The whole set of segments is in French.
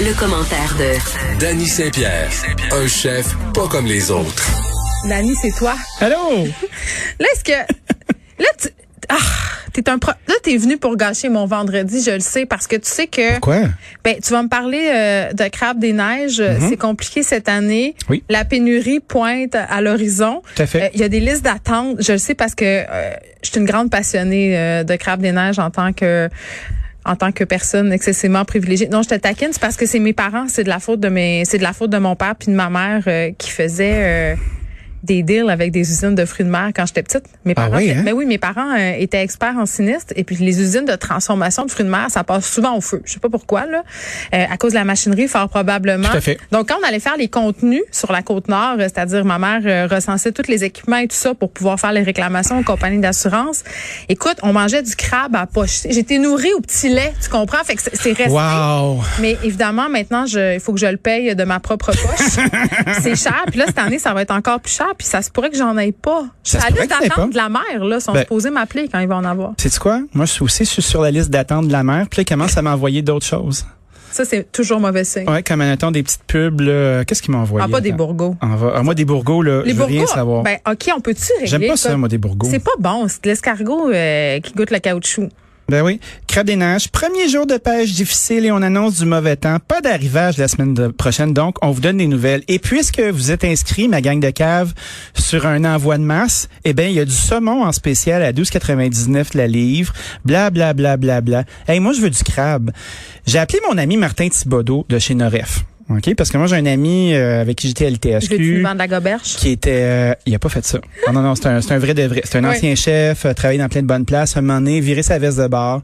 Le commentaire de Danny Saint-Pierre, un chef pas comme les autres. Dani, c'est toi. Allô? Là, est-ce que. Là, tu. Ah, t'es un pro... Là, t'es venu pour gâcher mon vendredi, je le sais, parce que tu sais que. Quoi? Ben, tu vas me parler euh, de crabe des neiges. C'est compliqué cette année. Mm-hmm. Oui. La pénurie pointe à l'horizon. Tout à fait. Euh, Il y a des listes d'attente. Je le sais parce que euh, je suis une grande passionnée euh, de crabe des neiges en tant que en tant que personne excessivement privilégiée. Non, je te taquine, c'est parce que c'est mes parents, c'est de la faute de mes, c'est de la faute de mon père puis de ma mère euh, qui faisait euh, des deals avec des usines de fruits de mer quand j'étais petite. Mes Ah parents, oui, hein? mais oui, mes parents euh, étaient experts en sinistre et puis les usines de transformation de fruits de mer, ça passe souvent au feu. Je sais pas pourquoi là, Euh, à cause de la machinerie fort probablement. Tout à fait. Donc quand on allait faire les contenus sur la côte nord, euh, c'est-à-dire ma mère euh, recensait tous les équipements et tout ça pour pouvoir faire les réclamations aux compagnies d'assurance. Écoute, on mangeait du crabe à poche. J'étais nourrie au petit lait, tu comprends Fait que c'est c'est resté. Wow! Mais évidemment, maintenant, je- il faut que je le paye de ma propre poche. c'est cher. Puis là, cette année, ça va être encore plus cher. Puis ça se pourrait que j'en aille pas. Je suis Ça se à la pourrait liste que t'en aies d'attente de pas. la mère, là. sont Ben. supposés m'appeler quand ils vont en avoir. Sais-tu quoi? Moi, je suis aussi je suis sur la liste d'attente de la mère. Puis là, il commence à m'envoyer d'autres choses. Ça, c'est toujours mauvais signe. Ouais, comme en attendant des petites pubs, là. Qu'est-ce qu'il m'a envoyé? ah, pas des attends? bourgots. On va- ah, moi, des bourgos, là, Les je veux rien bourgots, savoir. ben, OK, on peut-tu régler J'aime pas ça, moi, des bourgots. C'est pas bon, c'est de l'escargot euh, qui goûte le caoutchouc. Ben oui. Crabe des neiges. Premier jour de pêche difficile et on annonce du mauvais temps. Pas d'arrivage la semaine de- prochaine, donc on vous donne des nouvelles. Et puisque vous êtes inscrit, ma gang de cave, sur un envoi de masse, eh ben il y a du saumon en spécial à 12,99 la livre. Bla bla bla bla bla. Hey, moi je veux du crabe. J'ai appelé mon ami Martin Thibodeau de chez Noref. OK? Parce que moi j'ai un ami euh, avec qui j'étais à Je vais-tu lui LTHQ vendre de la goberge? qui était euh, il a pas fait ça. Non non non, c'est un c'est un vrai de vrai, c'est un Ouais. ancien chef, euh, travaillé dans plein de bonnes places, un moment donné, viré sa veste de bar,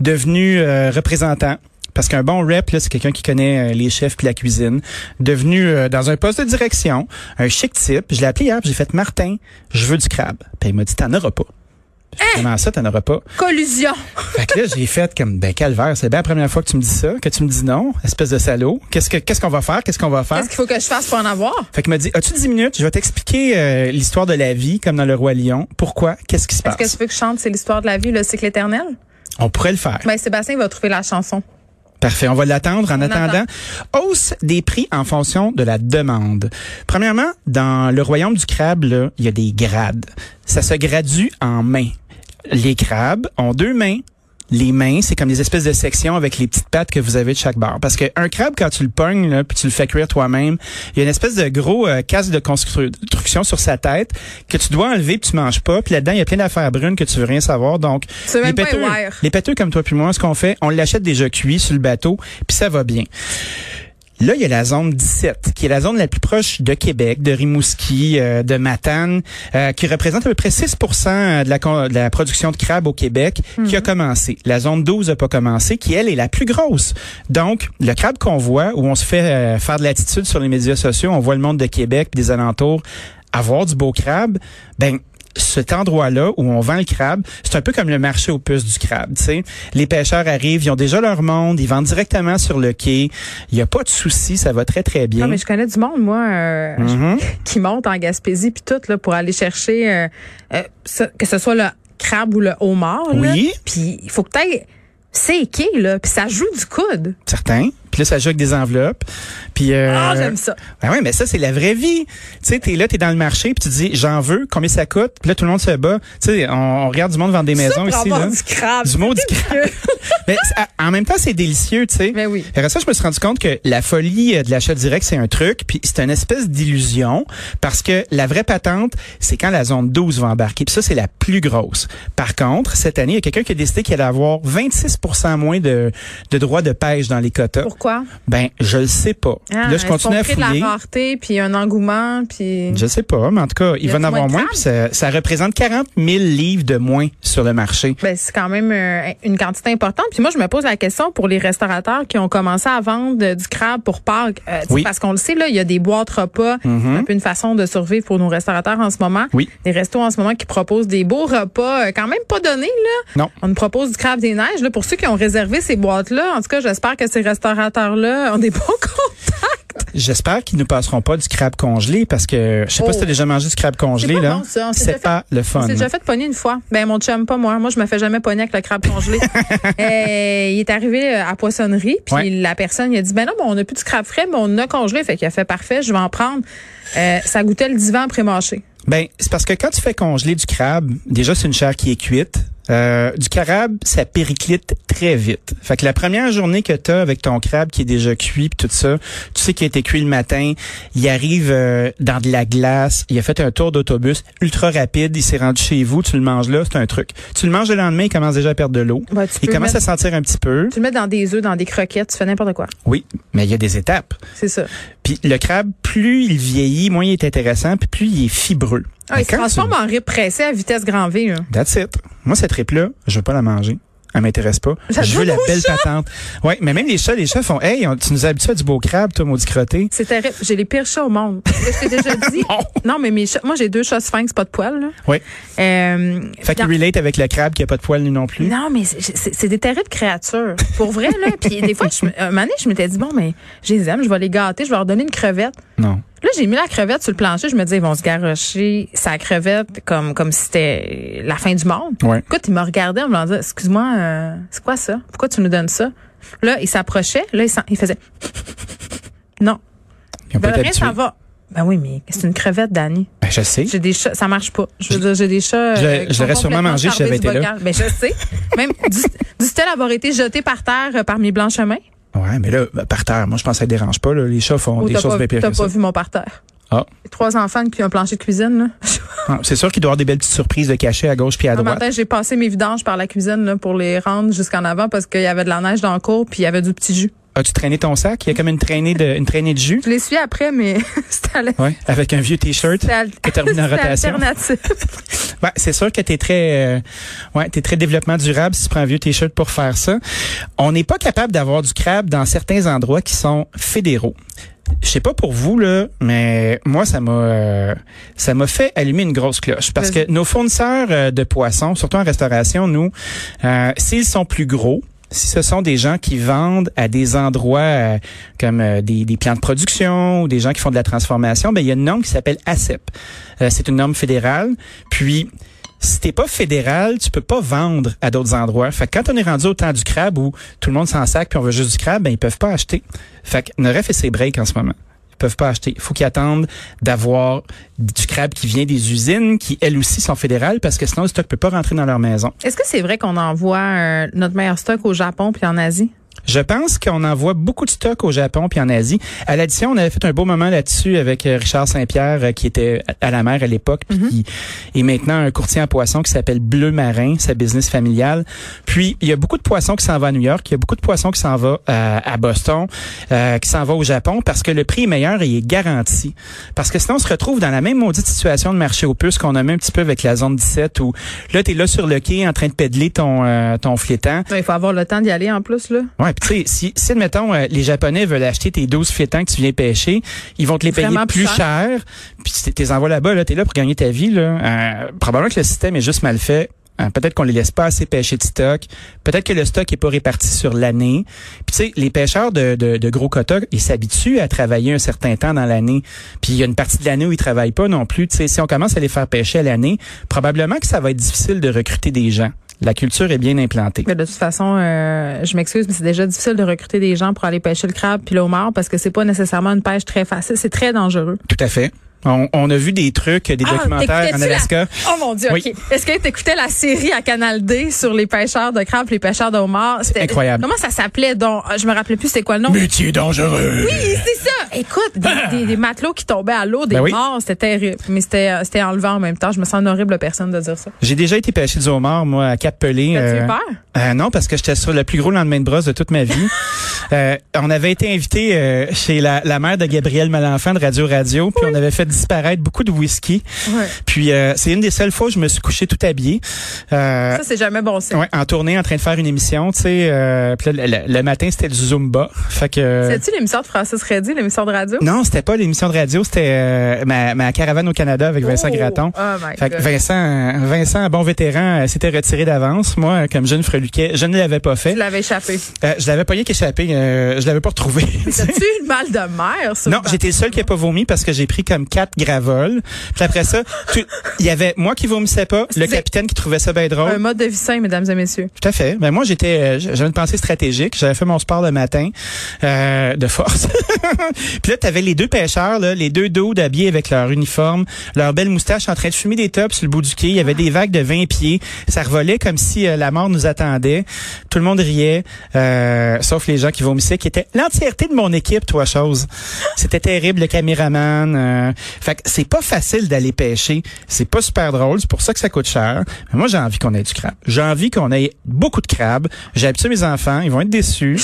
devenu euh, représentant parce qu'un bon rep là, c'est quelqu'un qui connaît euh, les chefs puis la cuisine, devenu euh, dans un poste de direction, un chic type, je l'ai appelé hier, puis j'ai fait Martin, je veux du crabe. Puis il m'a dit t'en auras pas. J'ai dit, Comment ça, t'en auras pas? Collusion! Fait que là, j'ai fait comme, ben, calvaire, c'est bien la première fois que tu me dis ça, que tu me dis non, espèce de salaud. Qu'est-ce que, qu'est-ce qu'on va faire? Qu'est-ce qu'on va faire? Qu'est-ce qu'il faut que je fasse pour en avoir? Fait qu'il m'a dit, as-tu 10 minutes? Je vais t'expliquer euh, l'histoire de la vie, comme dans Le Roi Lion. Pourquoi? Qu'est-ce qui se passe? Est-ce que tu veux que je chante C'est l'histoire de la vie, le cycle éternel? On pourrait le faire. Ben, Sébastien va trouver la chanson. Parfait. On va l'attendre. En attendant, hausse des prix en fonction de la demande. Premièrement, dans le royaume du crabe, là, il y a des grades. Ça se gradue en mains. Les crabes ont deux mains. Les mains, c'est comme des espèces de sections avec les petites pattes que vous avez de chaque barre. Parce que un crabe, quand tu le pognes, là, puis tu le fais cuire toi-même, il y a une espèce de gros euh, casque de constru- construction sur sa tête que tu dois enlever puis tu manges pas. Puis là-dedans, il y a plein d'affaires brunes que tu veux rien savoir. Donc, C'est même les pas un péteux- wire. les pâteux comme toi puis moi, ce qu'on fait, on l'achète déjà cuit sur le bateau, puis ça va bien. Là, il y a la zone 17, qui est la zone la plus proche de Québec, de Rimouski, euh, de Matane, euh, qui représente à peu près 6 euh, de la, con- de la production de crabes au Québec, Mhm. qui a commencé. La zone 12 n'a pas commencé, qui, elle, est la plus grosse. Donc, le crabe qu'on voit, où on se fait euh, faire de l'attitude sur les médias sociaux, on voit le monde de Québec puis des alentours avoir du beau crabe, ben cet endroit-là où on vend le crabe, c'est un peu comme le marché aux puces du crabe, tu sais. Les pêcheurs arrivent, ils ont déjà leur monde, ils vendent directement sur le quai. Il y a pas de souci, ça va très très bien. Non, mais je connais du monde, moi, euh, Mhm. qui monte en Gaspésie puis tout là pour aller chercher euh, euh, ce- que ce soit le crabe ou le homard là. Oui. Puis il faut que t'ailles c'est qui là puis ça joue du coude. Certains. Puis là, ça joue avec des enveloppes. Puis euh, Ah, j'aime ça. Ben ouais, mais ça c'est la vraie vie. Tu sais, t'es là, t'es dans le marché, puis tu dis j'en veux, combien ça coûte. Puis là, tout le monde se bat. Tu sais, on, on regarde du monde vendre des ça maisons pour ici. avoir là. du crabe. Du mot du crabe. Mais c'est- à- en même temps, c'est délicieux, tu sais. Ben oui. Après ça, je me suis rendu compte que la folie euh, de l'achat direct, c'est un truc, puis c'est une espèce d'illusion, parce que la vraie patente, c'est quand la zone 12 va embarquer. Puis ça, c'est la plus grosse. Par contre, cette année, il y a quelqu'un qui a décidé qu'il allait avoir 26 moins de, de droits de pêche dans les quotas. Pourquoi Ben, je le sais pas. Oh. Ah, là, je est-ce continue qu'on à crée de fouiller. la rareté, puis un engouement, puis... Je sais pas, mais en tout cas, il Y va en a-t-il moins avoir de moins. crabes? puis ça, ça représente 40 000 livres de moins sur le marché. Ben, c'est quand même euh, une quantité importante. Puis moi, je me pose la question pour les restaurateurs qui ont commencé à vendre euh, du crabe pour Pâques. Euh, tu sais, Oui. Mhm. Parce qu'on le sait, là, il y a des boîtes repas. C'est un peu une façon de survivre pour nos restaurateurs en ce moment. Oui. Des restos en ce moment qui proposent des beaux repas euh, quand même pas donnés. Là. Non. On nous propose du crabe des neiges. Là, pour ceux qui ont réservé ces boîtes-là, en tout cas, j'espère que ces restaurateurs-là ont des bons contacts. J'espère qu'ils ne passeront pas du crabe congelé parce que je sais pas Oh. si t'as déjà mangé du crabe congelé pas là. bon, ça. On s'est c'est déjà pas le On fun. s'est déjà fait pogner une fois. Ben mon chum, pas moi. Moi, je me fais jamais pogner avec le crabe congelé. Euh, il est arrivé à poissonnerie, puis Ouais. la personne il a dit ben non, ben, on n'a plus du crabe frais, mais on a congelé. Fait qu'il a fait parfait, je vais en prendre. Euh, ça goûtait le divan après mâché. Ben, c'est parce que quand tu fais congeler du crabe, déjà c'est une chair qui est cuite. Euh, du crabe, ça périclite très vite. Fait que la première journée que t'as avec ton crabe qui est déjà cuit pis tout ça, tu sais qu'il a été cuit le matin, il arrive euh, dans de la glace, il a fait un tour d'autobus ultra rapide, il s'est rendu chez vous, tu le manges là, c'est un truc. Tu le manges le lendemain, il commence déjà à perdre de l'eau. Ouais, Ben, tu il peux commence mettre- à sentir un petit peu. Tu le mets dans des œufs, dans des croquettes, tu fais n'importe quoi. Oui, mais il y a des étapes. C'est ça. Puis le crabe, plus il vieillit, moins il est intéressant, puis plus il est fibreux. Ah, Mais il se quand tu- transforme en répressé à vitesse grand V. hein. That's it. Moi, cette tripe-là, je veux pas la manger. Elle m'intéresse pas. Ça te Je veux donne la au belle chat. patente. Ouais, mais même les chats, les chats font, hey, on- tu nous as habitués à du beau crabe, toi, maudit crotté. C'est terrible. J'ai les pires chats au monde. Je t'ai déjà dit. non. mais mes chats, moi j'ai deux chats sphinx, pas de poils. Là. Ouais. Euh, Fait qu'il dans- relate avec le crabe qui a pas de poils lui non plus. Non, mais c'est- c'est c'est des terribles créatures. Pour vrai, là. Puis des fois, je, me- un moment donné, je m'étais dit, bon, mais je les aime, je vais les gâter, je vais leur donner une crevette. Non. Là, j'ai mis la crevette sur le plancher, je me dis, ils vont se garrocher sa crevette comme comme si c'était la fin du monde. Ouais. Écoute, ils me regardaient en me disant, excuse-moi, euh, c'est quoi ça? Pourquoi tu nous donnes ça? Là, ils s'approchaient, là, ils, s'en- ils faisaient, non, Ils ben, ont pas été rien, habitués. ça va. Ben oui, mais c'est une crevette, Dani. Ben, je sais. J'ai des chats, ça marche pas. Je veux dire, j'ai des chats. Je- euh, qui je sont l'aurais sûrement complètement mangé si j'avais chargés du été là. bocal. Ben, je sais. Même du, du stel avoir été jeté par terre euh, par mes blancs chemins. Ouais, mais là, ben, par terre, moi, je pense que ça dérange pas, là. Les chats font Oh, des t'as choses pas, bien pires t'as que ça. pas vu mon parterre. Ah. Les Trois enfants qui ont un plancher de cuisine, là. Ah, C'est sûr qu'il doit y avoir des belles petites surprises de cachet à gauche puis à Un droite. matin, j'ai passé mes vidanges par la cuisine, là, pour les rendre jusqu'en avant parce qu'il y avait de la neige dans le cours puis il y avait du petit jus. As-tu traîné ton sac? Il y a comme une traînée de, une traînée de jus. Je les suis après, mais c'était à la- Ouais. Avec un vieux t-shirt. c'était al- T'as terminé en c'était rotation. alternatif. Ouais, c'est sûr que t'es très, euh, ouais, t'es très développement durable si tu prends un vieux t-shirt pour faire ça. On n'est pas capable d'avoir du crabe dans certains endroits qui sont fédéraux. Je sais pas pour vous là, mais moi ça m'a, euh, ça m'a fait allumer une grosse cloche parce Vas-y. que nos fournisseurs euh, de poissons, surtout en restauration, nous, euh, s'ils sont plus gros. Si ce sont des gens qui vendent à des endroits euh, comme euh, des, des plans de production ou des gens qui font de la transformation, ben il y a une norme qui s'appelle ACEP. Euh, c'est une norme fédérale. Puis, si t'es pas fédéral, tu peux pas vendre à d'autres endroits. Fait que quand on est rendu au temps du crabe où tout le monde s'en sac puis on veut juste du crabe, ben ils peuvent pas acheter. Fait que Noref fait ses breaks en ce moment. Ils peuvent pas acheter. Il faut qu'ils attendent d'avoir du crabe qui vient des usines, qui elles aussi sont fédérales, parce que sinon le stock peut pas rentrer dans leur maison. Est-ce que c'est vrai qu'on envoie euh, notre meilleur stock au Japon puis en Asie? Je pense qu'on envoie beaucoup de stock au Japon puis en Asie. À l'addition, on avait fait un beau moment là-dessus avec euh, Richard Saint-Pierre euh, qui était à la mer à l'époque puis qui est maintenant un courtier en poissons qui s'appelle Bleu Marin, sa business familiale. Puis il y a beaucoup de poissons qui s'en vont à New York, il y a beaucoup de poissons qui s'en vont euh, à Boston, euh, qui s'en vont au Japon parce que le prix est meilleur et il est garanti. Parce que sinon on se retrouve dans la même maudite situation de marché aux puces qu'on a même un petit peu avec la zone 17 où là tu es là sur le quai en train de pédler ton euh, ton flétan Ben, Il faut avoir le temps d'y aller en plus, là. Ouais, puis tu sais, si, si admettons, euh, les Japonais veulent acheter tes 12 flétans que tu viens pêcher, ils vont te les payer Vraiment plus plus cher. Puis tu t'es envoies là-bas, là, t'es là pour gagner ta vie. Là. Euh, probablement que le système est juste mal fait. Hein, peut-être qu'on les laisse pas assez pêcher de stock. Peut-être que le stock est pas réparti sur l'année. Puis tu sais, les pêcheurs de, de, de gros quotas, ils s'habituent à travailler un certain temps dans l'année. Puis il y a une partie de l'année où ils travaillent pas non plus. Tu sais, si on commence à les faire pêcher à l'année, probablement que ça va être difficile de recruter des gens. La culture est bien implantée. Mais de toute façon, euh, je m'excuse, mais c'est déjà difficile de recruter des gens pour aller pêcher le crabe puis le homard parce que c'est pas nécessairement une pêche très facile. C'est très dangereux. Tout à fait. On, on a vu des trucs, des documentaires en t'écoutais-tu Alaska. Ah, la- Oh mon Dieu, Oui. OK. Est-ce que t'écoutais la série à Canal D sur les pêcheurs de crabe les pêcheurs de homard? C'était incroyable. Comment ça s'appelait donc? Ah, Je me rappelais plus c'était quoi le nom. Métier dangereux. Oui, c'est ça. Écoute, des, des- des matelots qui tombaient à l'eau, des Ben oui. morts, c'était terrible. Mais c'était, euh, c'était enlevé en même temps. Je me sens une horrible personne de dire ça. J'ai déjà été pêché du homard, moi, à Cap-Pelé. T'as-tu eu euh, peur? euh, non, parce que j'étais sur le plus gros lendemain de brosse de toute ma vie. Euh, on avait été invité euh, chez la, la mère de Gabriel Malenfant de Radio Radio, puis on avait fait disparaître beaucoup de whisky. Ouais. Puis euh, c'est une des seules fois où je me suis couché tout habillé. Euh, Ça, c'est jamais bon signe. ouais, en tournée, en train de faire une émission, tu sais. euh, puis là, le, le- le matin, c'était du Zumba. Fait que. C'est-tu l'émission de Francis Reddy, l'émission de radio? Non, c'était pas l'émission de radio, c'était euh, ma, ma caravane au Canada avec Vincent Oh! Gratton. Oh my Fait que God. Vincent, Vincent, un bon vétéran, euh, s'était retiré d'avance. Moi, euh, comme jeune freluquet, je ne l'avais pas fait. Tu l'avais échappé. Euh, je l'avais pas rien qu'échappé, euh, je l'avais pas retrouvé. T'as-tu eu le mal de mer? sur Non, le banc? j'étais le seul qui a pas vomi parce que j'ai pris comme quatre gravoles. Puis après ça, tout- il y avait moi qui vomissais pas, le C'est- capitaine qui trouvait ça bien drôle. Un mode de vie sain, mesdames et messieurs. Tout à fait. Ben moi j'étais, euh, j'avais une pensée stratégique. J'avais fait mon sport le matin euh, de force. Puis là t'avais les deux pêcheurs, là, les deux dos habillés avec leur uniforme, leur belle moustache en train de fumer des tops sur le bout du quai. Il y avait des vagues de 20 pieds. Ça revolait comme si euh, la mort nous attendait. Tout le monde riait, euh, sauf les gens qui vomissaient, qui étaient l'entièreté de mon équipe, toi chose. C'était terrible le caméraman. euh. fait que c'est pas facile d'aller pêcher. C'est pas super drôle. C'est pour ça que ça coûte cher. Mais moi j'ai envie qu'on ait du crabe. J'ai envie qu'on ait beaucoup de crabes. J'ai habitué mes enfants. Ils vont être déçus.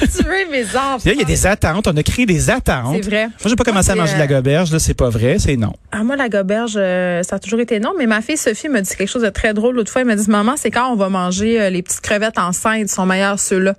tu veux mes enfants? Là, il y a des attentes. On a créé des attentes. C'est vrai. Moi, j'ai pas commencé à c'est, manger de la euh, goberge. Là, c'est pas vrai. C'est non. Ah, moi, la goberge, euh, ça a toujours été non, mais ma fille Sophie me dit quelque chose de très drôle l'autre fois. Elle me dit, maman, c'est quand on va manger euh, les petites crevettes enceintes, ils sont meilleurs ceux-là.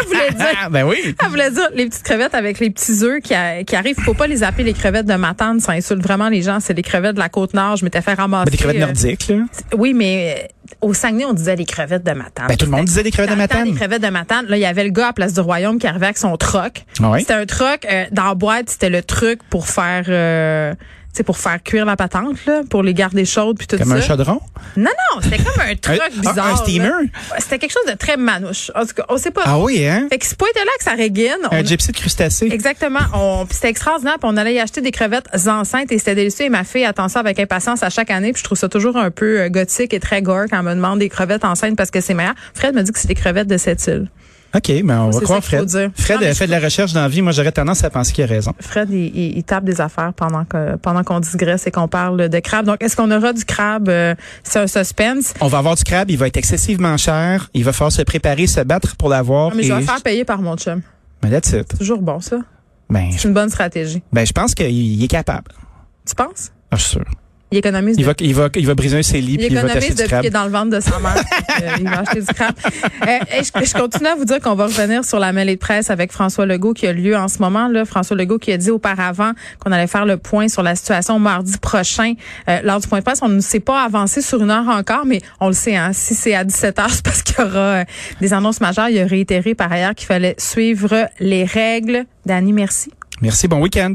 Elle voulait dire, ben oui. elle voulait dire les petites crevettes avec les petits œufs qui, a- qui arrivent. Faut pas les appeler les crevettes de Matane, ça insulte vraiment les gens. C'est les crevettes de la Côte-Nord. Je m'étais fait ramasser. Ben, des crevettes euh, nordiques, là. Oui, mais euh, au Saguenay, on disait les crevettes de Matane. Ben, tout le monde disait des crevettes de Dans le temps, matane. Les crevettes de Matane. Là, il y avait le gars à Place du Royaume qui arrivait avec son troc. Ah oui? C'était un troc. euh, dans la boîte, c'était le truc pour faire... euh, tu sais, pour faire cuire la patente, là, pour les garder chaudes puis tout Comme ça. un chaudron. Non, non, c'était comme un truc Un- un bizarre. steamer? là. Ouais, C'était quelque chose de très manouche. En tout cas, on sait pas. Ah oui, hein? Fait que ce point-là que ça régine, on- Un gypsy de crustacés. Exactement. On, puis c'était extraordinaire. Puis on allait y acheter des crevettes enceintes et c'était délicieux. Et ma fille attend ça avec impatience à chaque année. Puis je trouve ça toujours un peu euh, gothique et très gore quand on me demande des crevettes enceintes parce que c'est meilleur. Fred me dit que c'est des crevettes de cette île. OK, mais on va c'est croire ça qu'il faut Fred. dire. Fred Non, mais euh, je fait de la recherche dans la vie. Moi, j'aurais tendance à penser qu'il a raison. Fred, il, il- il tape des affaires pendant que pendant qu'on digresse et qu'on parle de crabe. Donc, est-ce qu'on aura du crabe? euh, c'est un suspense. On va avoir du crabe. Il va être excessivement cher. Il va falloir se préparer, se battre pour l'avoir. Ah, mais je vais et- faire payer par mon chum. Mais that's it. Toujours bon, ça. Ben, je, C'est une bonne stratégie. ben, je pense qu'il est capable. Tu penses? Ah, je suis sûr. Il économise Il va, il va, il va briser un CELI Il puis il va t'acheter économise du depuis crabe. qu'il est dans le ventre de sa mère. Euh, il va acheter du crabe. Euh, et je, je continue à vous dire qu'on va revenir sur la mêlée de presse avec François Legault qui a lieu en ce moment. Là, François Legault qui a dit auparavant qu'on allait faire le point sur la situation mardi prochain euh, lors du point de presse. On ne s'est pas avancé sur une heure encore, mais on le sait. Hein, si c'est à 17 heures, c'est parce qu'il y aura euh, des annonces majeures. Il a réitéré par ailleurs qu'il fallait suivre les règles. Dani, merci. Merci. Bon week-end.